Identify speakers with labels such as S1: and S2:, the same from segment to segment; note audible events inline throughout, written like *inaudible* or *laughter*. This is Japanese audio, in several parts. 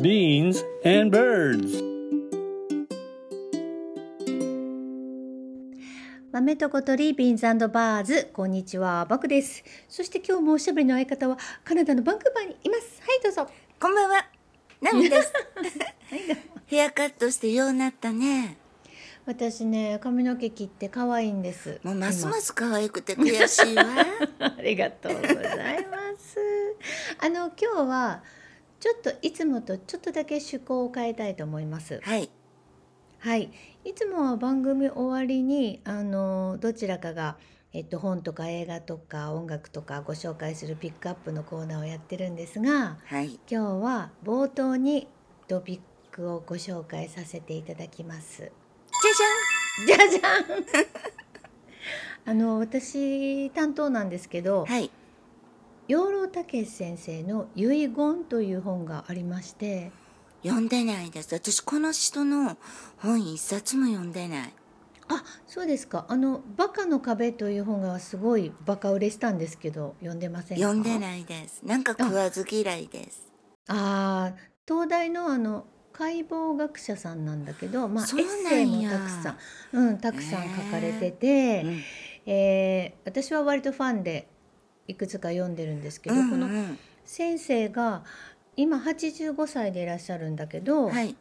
S1: Beans and birds.
S2: 豆と小鳥ビーンズバーズこんにちはバクですそして今日もおしゃべりの相方はカナダのバンクーバーにいますはいどうぞ
S3: こんばんは。ナミです。ヘアカットしてようになったね。
S2: 私ね髪の毛切って可愛いんです
S3: もうますます可愛くて悔しいわ。
S2: 今 *laughs* ありがとうございますあの今日はちょっといつもとちょっとだけ趣向を変えたいと思います
S3: はい。
S2: はい、いつもは番組終わりにあのどちらかが、えっと、本とか映画とか音楽とかご紹介するピックアップのコーナーをやってるんですが
S3: はい。
S2: 今日は冒頭にトピックをご紹介させていただきます。
S3: じゃじ
S2: じゃじゃん *laughs* あの私担当なんですけど
S3: ゃん。はい。
S2: 養老孟司先生の「遺言」という本がありまして
S3: 読んでないです。私この人の本一冊も読んでない。
S2: あそうですかあの「バカの壁」という本がすごいバカ売れしたんですけど読んでませんか
S3: 読んで
S2: い
S3: ないです。なんか食わず嫌いです。
S2: あー東大のあの解剖学者さんなんだけど、まあ、エ
S3: そうなん
S2: ッ
S3: や
S2: セイもたくさん、うん、たくさん書かれてて、
S3: うん
S2: えー私は割とファンでいくつか読んでるんですけど、
S3: うん
S2: こ
S3: う
S2: の
S3: ん。
S2: 先生が今85歳でいらっしゃるんだけど、
S3: はい。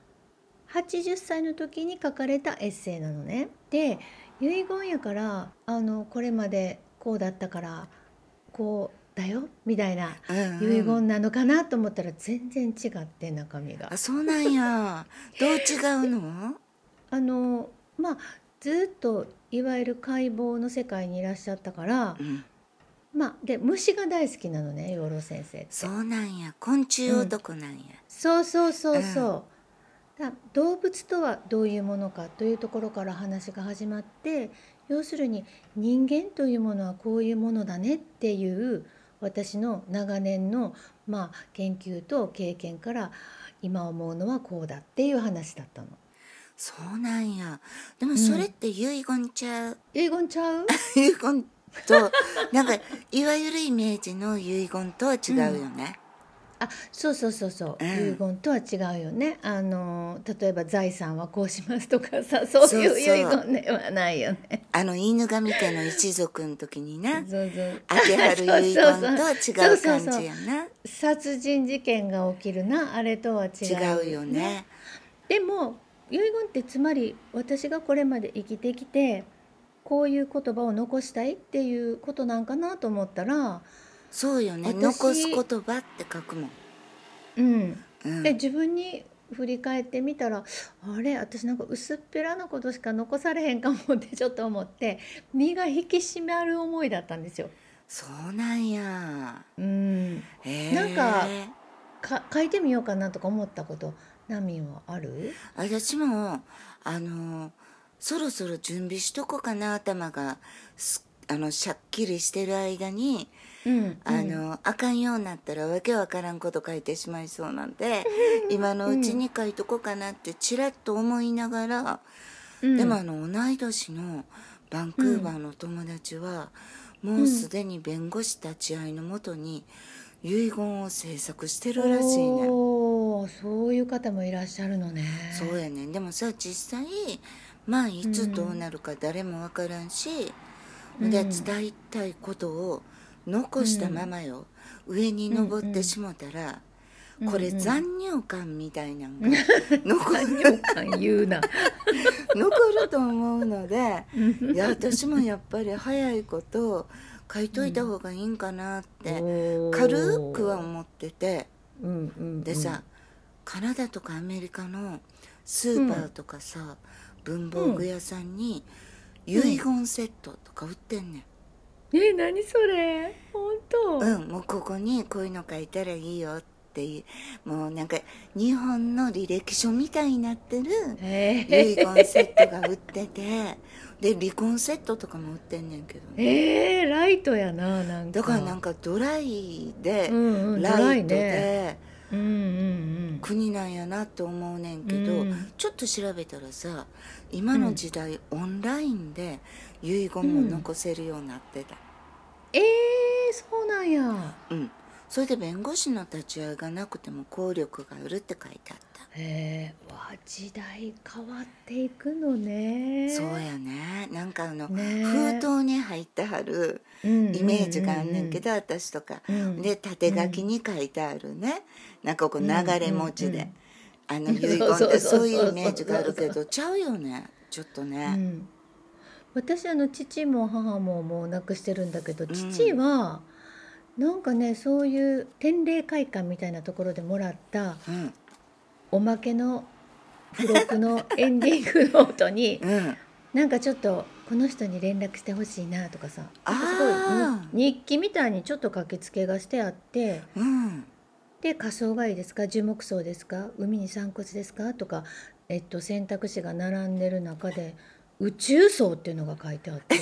S2: 80歳の時に書かれたエッセイなのね。で遺言やからあのこれまでこうだったからこうだよみたいな
S3: うんうん
S2: 遺言なのかなと思ったら全然違って中身が
S3: あ、。そうなんや。どう違うの？
S2: あのまあずっといわゆる解剖の世界にいらっしゃったから
S3: う、ん。
S2: まあ、で虫が大好きなのね養老先生って。
S3: そうなんや。昆虫男なんや。
S2: そうそうそうそう。だ動物とはどういうものかというところから話が始まって要するに人間というものはこういうものだねっていう私の長年の、まあ、研究と経験から今思うのはこうだっていう話だったの。
S3: そうなんや。でもそれって遺言ちゃう。
S2: 遺言ちゃう
S3: 遺言となんかいわゆるイメージの遺言とは違うよね。
S2: あそうそうそうそう、
S3: うん
S2: 遺言とは違うよねあの例えば財産はこうしますとかさ *laughs* そう
S3: そう
S2: いう
S3: そう
S2: 遺言ではないよね。。
S3: あの犬神家の一族の時にな
S2: そうそう
S3: 明けはる遺言とは違う *laughs* 感じやな。
S2: 殺人事件が起きるなあれとは違う
S3: 違うよね。
S2: でも遺言ってつまり私がこれまで生きてきてこういう言葉を残したいっていうことなんかなと思ったら
S3: そうよね。
S2: 私
S3: 残す言葉って書くもん。
S2: うん
S3: うん
S2: で自分に振り返ってみたらあれ私なんか薄っぺらなことしか残されへんかもってちょっと思って身が引き締まる思いだったんですよ。
S3: そうなんや。
S2: うん
S3: へえ
S2: なんかか書いてみようかなとか思ったことナミンはある
S3: 私もあのそろそろ準備しとこうかな頭がすあのしゃっきりしてる間に。
S2: うん
S3: あの、あかんようになったらわけわからんこと書いてしまいそうなんで、
S2: *laughs*
S3: 今のうちに書いとこうかなってちらっと思いながら、
S2: うん
S3: でもあの同い年のバンクーバーの友達は、もうすでに弁護士立ち会いのもとに遺言を制作してるらしいね。
S2: おーそういう方もいらっしゃるのね。
S3: そうやねんでもさ実際まあいつどうなるか誰もわからんし、
S2: うん
S3: で伝えたいことを残したままよ、上に登ってしもたら、
S2: うんうん
S3: これ残尿感みたいなんが残る
S2: よく言
S3: *laughs*
S2: うな。
S3: 残ると思うのでいや私もやっぱり早いこと書いといた方がいいんかなって、軽くは思ってて。
S2: うんうん
S3: でさ、カナダとかアメリカのスーパーとかさ、文房具屋さんに遺言セットとか売ってんねん、
S2: うん。え何それ本当。
S3: うんもうここにこういうの書いたらいいよっていうもうなんか日本の履歴書みたいになってる
S2: えー
S3: 遺言セットが売っててで離婚セットとかも売ってんねんけどね
S2: えーライトやななんか。
S3: だからなんかドライで、
S2: うんうんドラ
S3: ライ
S2: イ
S3: ト
S2: ね。
S3: で
S2: うんうん
S3: 国なんやなって思うねん
S2: うん。
S3: けど、
S2: うん
S3: ちょっと調べたらさ今の時代、オンラインで遺言も残せるようになってた、
S2: えーそうなんや。
S3: うん、それで弁護士の立ち会いがなくても効力があるって書いてあった
S2: へえわあ時代変わっていくのね
S3: そうやねなんかあの、
S2: ね
S3: 封筒に入ってはる
S2: イ
S3: イメージがあんねんけど、私とか、
S2: うん
S3: で縦書きに書いてあるね、なんかこう流れ文字で、あの
S2: うん
S3: 遺言って
S2: そうそうそうそう
S3: そういうイメージがあるけどちゃうよねちょっと
S2: う
S3: ね、
S2: ん、私あの父も母ももう亡くしてるんだけど
S3: ん
S2: 父は、なんかねそういう天霊会館みたいなところでもらった
S3: うん
S2: おまけの付録のエンディングノートに
S3: *laughs* うん
S2: なんかちょっとこの人に連絡してほしいなとかさ
S3: あー
S2: なんかすごいに日記みたいにちょっと書きつけがしてあって
S3: うん
S2: で「火葬がいいですか樹木葬ですか海に散骨ですか?」とか、えっと、選択肢が並んでる中で「宇宙葬」っていうのが書いてあって。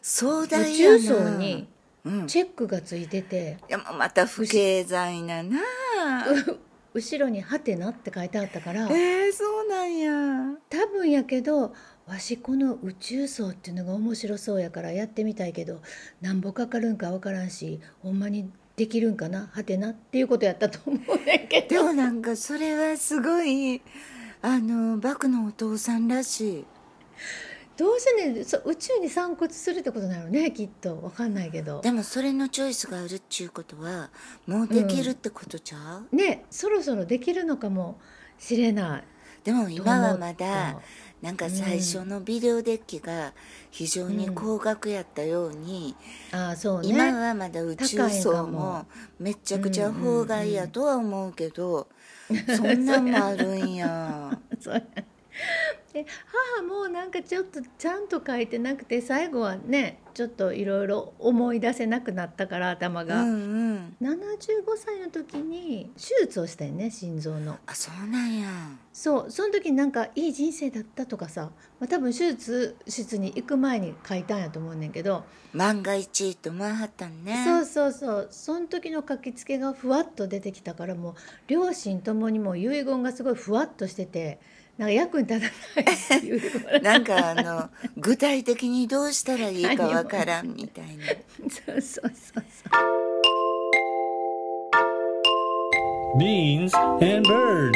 S3: 壮大やな
S2: 宇宙層に
S3: うん、い
S2: チェックがついてて、
S3: やもうまた不経済なな
S2: 後ろに「ハテナ」って書いてあったから
S3: えー、そうなんや
S2: 多分やけどわしこの宇宙層っていうのが面白そうやからやってみたいけどなんぼかかるんかわからんしほんまにできるんかなハテナっていうことやったと思うねんけ
S3: で
S2: ど
S3: もなんかそれはすごいあのバクのお父さんらしい
S2: どうしてねそう宇宙に散骨するってことなのねきっとわかんないけど。
S3: でもそれのチョイスがあるっちゅうことはもうできるってことちゃう、
S2: ねそろそろできるのかもしれない。
S3: でも今はま
S2: と思
S3: だ
S2: った
S3: なんか最初のビデオデッキが非常に高額やったように、
S2: ああそうね。
S3: 今はまだ宇宙
S2: 高いか
S3: 層
S2: も
S3: もめっちゃくちゃ法外やとは思うけど、そんなんもある
S2: *laughs*
S3: んや
S2: そうやで母もなんかちょっとちゃんと書いてなくて最後はねちょっといろいろ思い出せなくなったから頭
S3: う
S2: が、
S3: んうん
S2: 75歳の時に手術をしたよね心臓の
S3: あそうなんや
S2: そうその時になんかいい人生だったとかさ、まあ、多分手術室に行く前に書いたんやと思うねんけど、
S3: 万が一とマンハッタンね
S2: そうそうそうその時の書きつけがふわっと出てきたからもう両親ともにもう遺言がすごいふわっとしててなんか役に立たない *laughs* 遺言が
S3: なんかあの具体的にどうしたらいいかわからんみたいな
S2: *laughs* そうそうそうそう
S1: Beans and birds.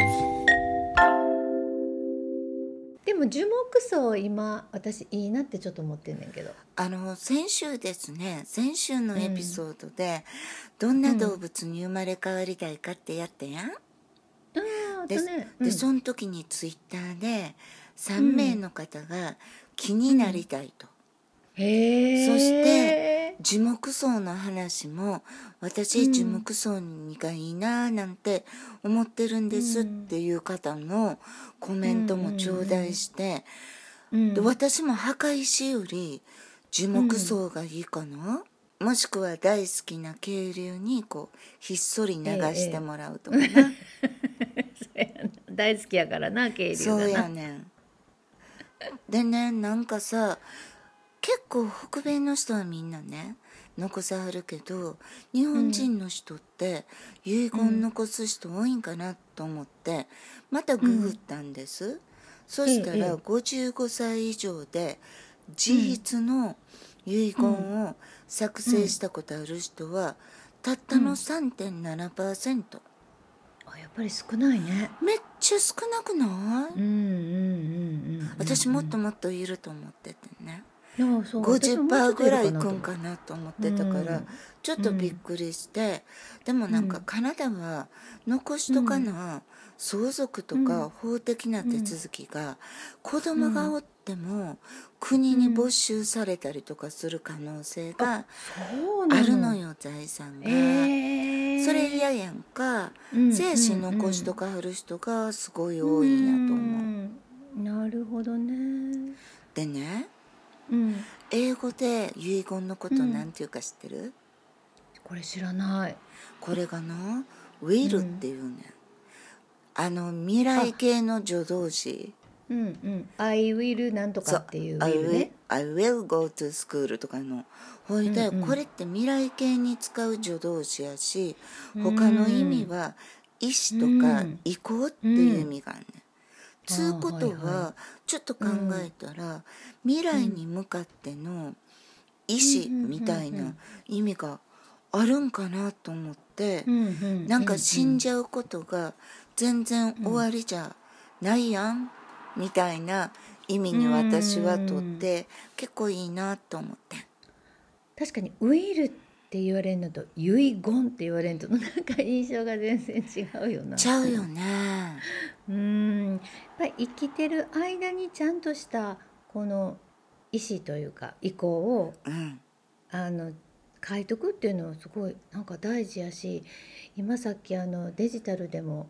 S2: でも樹木葬今私いいなってちょっと思ってんねんけど
S3: あの先週ですね先週のエピソードで、どんな動物に生まれ変わりたいかってやったや
S2: あ
S3: ん、
S2: ーあ
S3: で
S2: とねう
S3: で
S2: ん
S3: その時にツイッターで3名の方が気になりたいと、
S2: へえ
S3: そして樹木葬の話も私樹木葬がいいなーなんて思ってるんですっていう方のコメントも頂戴して、
S2: うん
S3: で私も墓石より樹木葬がいいかな、もしくは大好きな渓流にこうひっそり流してもらうとかな、
S2: *laughs* 大好きやからな経理が
S3: そ
S2: な
S3: うやねんでねなんかさ結構北米の人はみんなね残さはるけど日本人の人って遺言残す人多いんかなと思ってまたググったんです、そした
S2: ええええ
S3: ら55歳以上で自筆の遺言を作成したことある人はたったの3.7%
S2: あやっぱり少ないね
S3: めっちゃ少なくない
S2: うんうんうんうん
S3: 私もっともっといると思っててね、
S2: あそう私ももうちょ
S3: 50%
S2: っと
S3: ぐらい
S2: る
S3: いくん
S2: か
S3: かなと思ってたから、
S2: うん
S3: ちょっとびっくりして、でもなんかカナダは残しとかな、相続とか法的な手続きが子供がおっても国に没収されたりとかする可能性が
S2: なそうな
S3: あるのよ、財産が。
S2: えー、
S3: それ嫌やんか、
S2: うん
S3: 精神残しとかある人がすごい多いんやと思
S2: う
S3: う。
S2: んなるほどね
S3: でね
S2: うん
S3: 英語で遺言のこと
S2: うん
S3: なんていうか知ってる、
S2: これ知らない
S3: これがなウィルっていうねん、あの未来系の助動詞
S2: うんうん「I will」なんとかっていう「
S3: I
S2: will」
S3: will,
S2: ね
S3: I will go to school とかのほいで、
S2: うんうん
S3: これって未来系に使う助動詞やし他の意味は意思とか
S2: うん
S3: 意向っていう意味があるね、んつうこと
S2: あーはいは
S3: はちょっと考えたら、未来に向かっての意思みたいな意味があるんかなと思って、なんか死んじゃうことが全然終わりじゃないやん、みたいな意味に私はとって結構いいなと思って。
S2: 確かにウィルって言われるのと遺言って言われるのとなんか印象が全然違うよな。
S3: ちゃうよね。
S2: うんやっぱり生きてる間にちゃんとしたこの意思というか意向を
S3: うん。
S2: あの書いとくっていうのはすごいなんか大事やし今さっきあのデジタルでも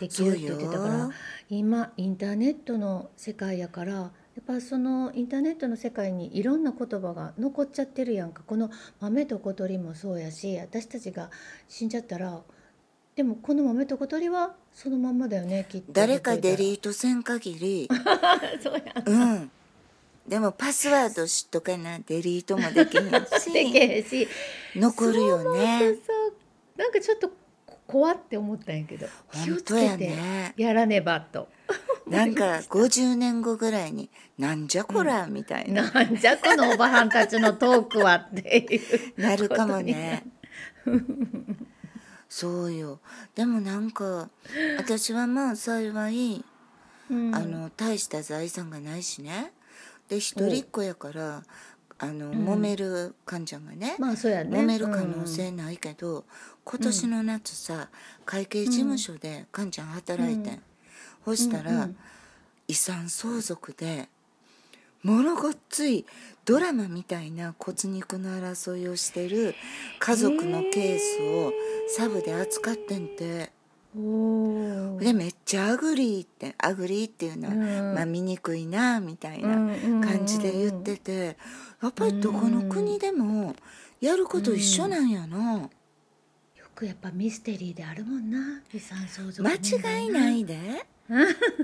S2: できるって言ってたか
S3: そう
S2: ら
S3: よ
S2: 今インターネットの世界やからやっぱそのインターネットの世界にいろんな言葉が残っちゃってるやんかこの豆と小鳥もそうやし私たちが死んじゃったらでもこの豆と小鳥はそのまんまだよねきっと
S3: 誰かデ
S2: ー
S3: リートせん限
S2: *laughs*
S3: り、
S2: そうや
S3: うん。でもパスワード知っとかなデリートもできへん
S2: ん *laughs* でけ
S3: し、
S2: へんし
S3: 残るよ
S2: そう思う
S3: ね
S2: と。さなんかちょっとこ怖って思ったんやけど気をつ
S3: 本当
S2: け
S3: や
S2: て。
S3: ね。
S2: やらねばと。
S3: なんか50年後ぐらいになんじゃこらみたいな、
S2: なんじゃこのおばはんたちのトークはっていう。
S3: なるかもね。 *laughs* そうよ。でもなんか私はまあ幸い
S2: うん
S3: あの大した財産がないしねで一人っ子やからあの、
S2: ん
S3: 揉める患者がね,、
S2: まあそうやね。
S3: 揉める可能性ないけど、今年の夏さ会計事務所で患者が働いてん、
S2: うん
S3: ほしたら、
S2: うん
S3: 遺産相続でものごっついドラマみたいな骨肉の争いをしてる家族のケースをサブで扱ってんて。
S2: うん。おー
S3: でめっちゃアグリーってアグリーっていうのは、
S2: うん
S3: まあ醜いなみたいな
S2: うんうんうん
S3: 感じで言っててやっぱりどこの国でもやること一緒なんやな
S2: よくやっぱミステリーであるもんな。遺産相続。
S3: 間違い
S2: い。
S3: ないで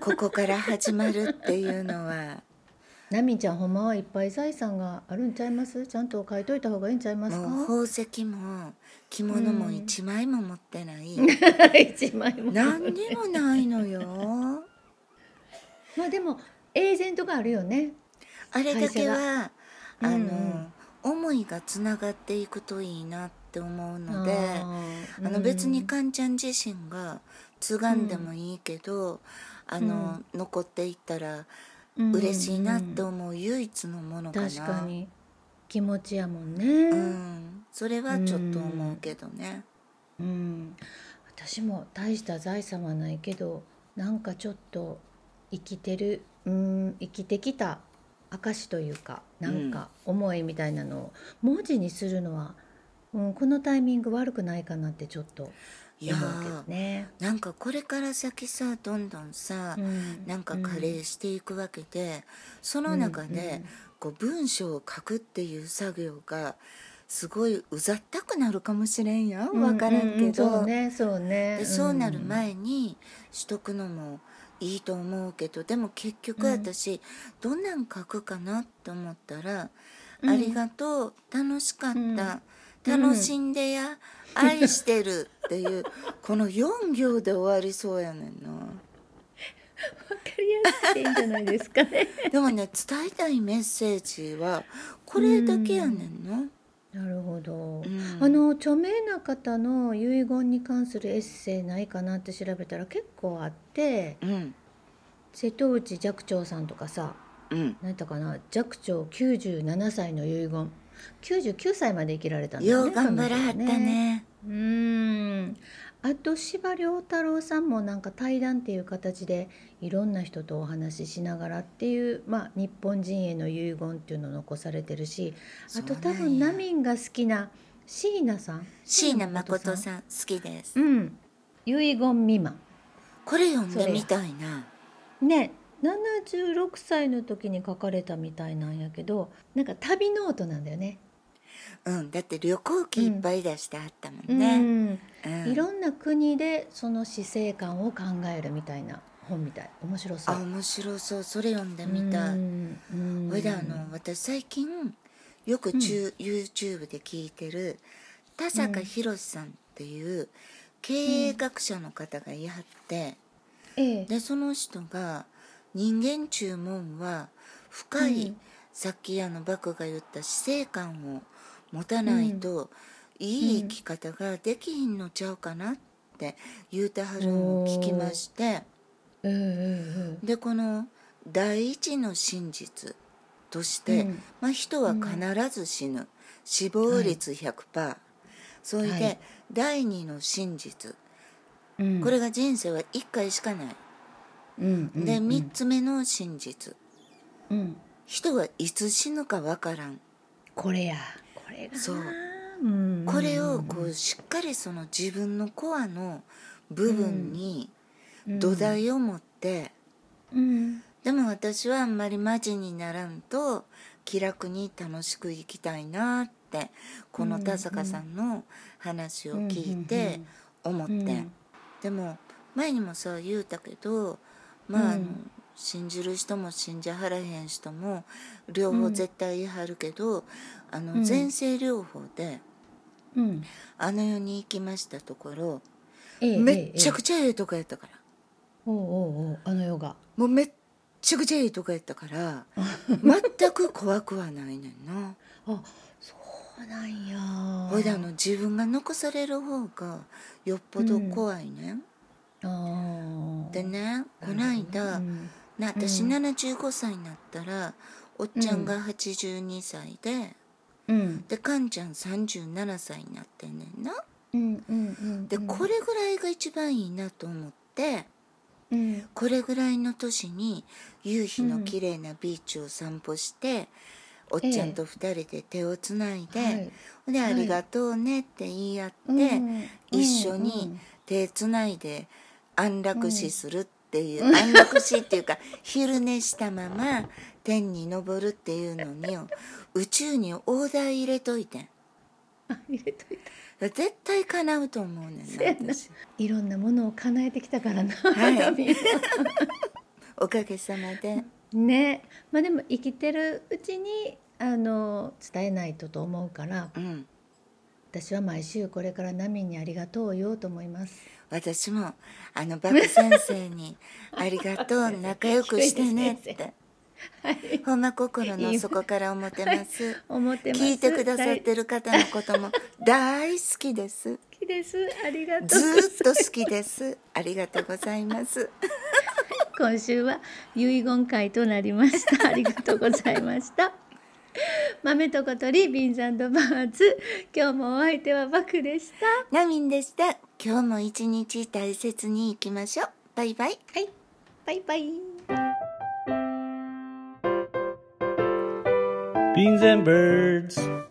S3: ここから始まるっていう
S2: *laughs*
S3: のは
S2: ナミちゃんほんまはいっぱい財産があるんちゃいます？ちゃんと書いといた方がいいんちゃいます
S3: も
S2: か？
S3: う宝石も着物も一枚も持っ
S2: *laughs*
S3: てない、
S2: 一枚も。
S3: 何にもないのよ
S2: まあでもエージェントがあるよね。
S3: あれだけはあ
S2: 会社がう
S3: の、
S2: ん
S3: 思いがつながっていくといいなって思うので。
S2: ー
S3: あの別にカンちゃん自身が継がんでもいいけど、あの残っていったら
S2: うん
S3: 嬉しいなって思う唯一のものかな、
S2: 確かに気持ちやもんね。
S3: うん、それはちょっと思うけどね、
S2: うん、私も大した財産はないけどなんかちょっと生きてる、うん、生きてきた証というかなんか思いみたいなのを文字にするのは、うん、このタイミング悪くないかなってちょっと思う
S3: い
S2: け
S3: や
S2: ど
S3: ー
S2: ね。
S3: なんかこれから先さどんどんさ、
S2: うん
S3: なんか加齢していくわけで、その中でこう文章を書くっていう作業がすごいうざったくなるかもしれんやん
S2: うん
S3: 分からんけ
S2: う
S3: ど、
S2: んうんそうねそうね
S3: でそうなる前にしとくのもいいと思うけどでも結局私、どんなん書くかなって思ったら「ありがとう楽しかった、
S2: うん
S3: 楽しんでや、愛してる」っていう *laughs* この4行で終わりそうやねんな。
S2: 分
S3: *laughs*
S2: かりやすくていいんじゃないですかね。
S3: でもね伝えたいメッセージはこれだけやねん *laughs* な。
S2: なるほど、
S3: ん
S2: あの著名な方の遺言に関するエッセイないかなって調べたら結構あって
S3: うん、
S2: 瀬戸内寂聴さんとかさ
S3: うん
S2: 何やったかな寂聴97歳の遺言99歳まで生きられたんだ
S3: よ
S2: よ
S3: う
S2: ね
S3: 頑張らはった
S2: この人
S3: ね。
S2: うーんあと司馬遼太郎さんもなんか対談っていう形でいろんな人とお話ししながらっていう、まあ、日本人への遺言っていうの残されてるしあと多
S3: そうなん
S2: 分
S3: や
S2: ナミンが好きな椎名さん
S3: 椎名誠さん好きです。
S2: うん遺言未満
S3: これ読んでみたいな。
S2: ね76歳の時に書かれたみたいなんやけどなんか旅ノートなんだよね。
S3: うん、だって旅行記いっぱい出してあったも
S2: うん
S3: ね。
S2: ん
S3: うん
S2: いろんな国でその死生観を考えるみたいな本みたい面白そ
S3: あ
S2: う。
S3: 面白そうそれ読んでみたい。ほいであの私最近よく中、YouTube で聞いてる田坂宏さんっていう経営学者の方がいはって、
S2: ええ、
S3: でその人が「人間注文は深い、
S2: うん
S3: さっきあのバクが言った死生観を持たないといい生き方ができひんのちゃうかなって言うてはるんを聞きまして
S2: うんうん
S3: でこの第一の真実として、
S2: うん
S3: まあ、人は必ず死ぬ、死亡率100%、それで、
S2: はい
S3: 第二の真実
S2: うんうん
S3: これが人生は1回しかない、
S2: うんうん
S3: で3つ目の真実
S2: うん
S3: 人はいつ死ぬかわからん
S2: これやこれがな
S3: そう
S2: うん
S3: これをこうしっかりその自分のコアの部分に土台を持って、
S2: うん
S3: でも私はあんまりマジにならんと気楽に楽しく生きたいなってこの田坂さんの話を聞いて思ってん、
S2: うん
S3: でも前にもそう言うたけどまあ,、
S2: うん
S3: あの信じる人も信じはらへん人も両方絶対言いはるけど、あ
S2: う
S3: の
S2: ん
S3: 全性療法で
S2: うん
S3: あの世に行きましたところ、
S2: ええ
S3: めっちゃ
S2: ええ
S3: くちゃええとこやったから。
S2: おうおうおうあのヨガ
S3: もうめっちゃくちゃいいとこやったから
S2: *laughs*
S3: 全く怖くはないねんな
S2: あそうなんや
S3: ほいであの自分が残される方がよっぽど怖いね、
S2: あ
S3: ん、
S2: あ
S3: でねこないだ、
S2: うん
S3: な私
S2: うん
S3: 75歳になったらおっちゃんが82歳で、
S2: うん
S3: でかんちゃん37歳になってんねんな
S2: うんうんうん
S3: でこれぐらいが一番いいなと思って
S2: うん
S3: これぐらいの年に夕日の綺麗なビーチを散歩して、おっちゃんと二人で手をつないで、
S2: はい
S3: で「
S2: は
S3: あ
S2: い
S3: りがとうね」って言い合って、
S2: うん
S3: 一
S2: う
S3: 緒
S2: んう
S3: に
S2: ん
S3: 手つないで安楽死するっていう、安楽死っていうか昼寝したまま天に昇るっていうのに宇宙にオーダー入れといてん
S2: あ入れといた
S3: 絶対叶うと思うねん
S2: せや
S3: な
S2: な
S3: 私
S2: いろんなものを叶えてきたからな、*laughs*
S3: い
S2: ラミ
S3: おかげさまで
S2: ねまあでも生きてるうちにあの伝えないとと思うから
S3: うん
S2: 私は毎週これからナミにありがとうを言おうと思います
S3: 私もあのバカ先生に「ありがとう仲良くしてね」ってほんま心の底から思ってます
S2: 思ってます
S3: 聞いてくださってる方のことも大好きです
S2: 大好きですありがとう
S3: ずーっと好きですありがとうございます
S2: 今週は遺言会となりました
S3: *laughs*
S2: ありがとうございました豆と小鳥ビーンズバーツ今日もお相手はバクでした
S3: ナミンでした今日も一日大切にいきましょうバイバイ
S2: はいバイバイ
S1: Beans and birds.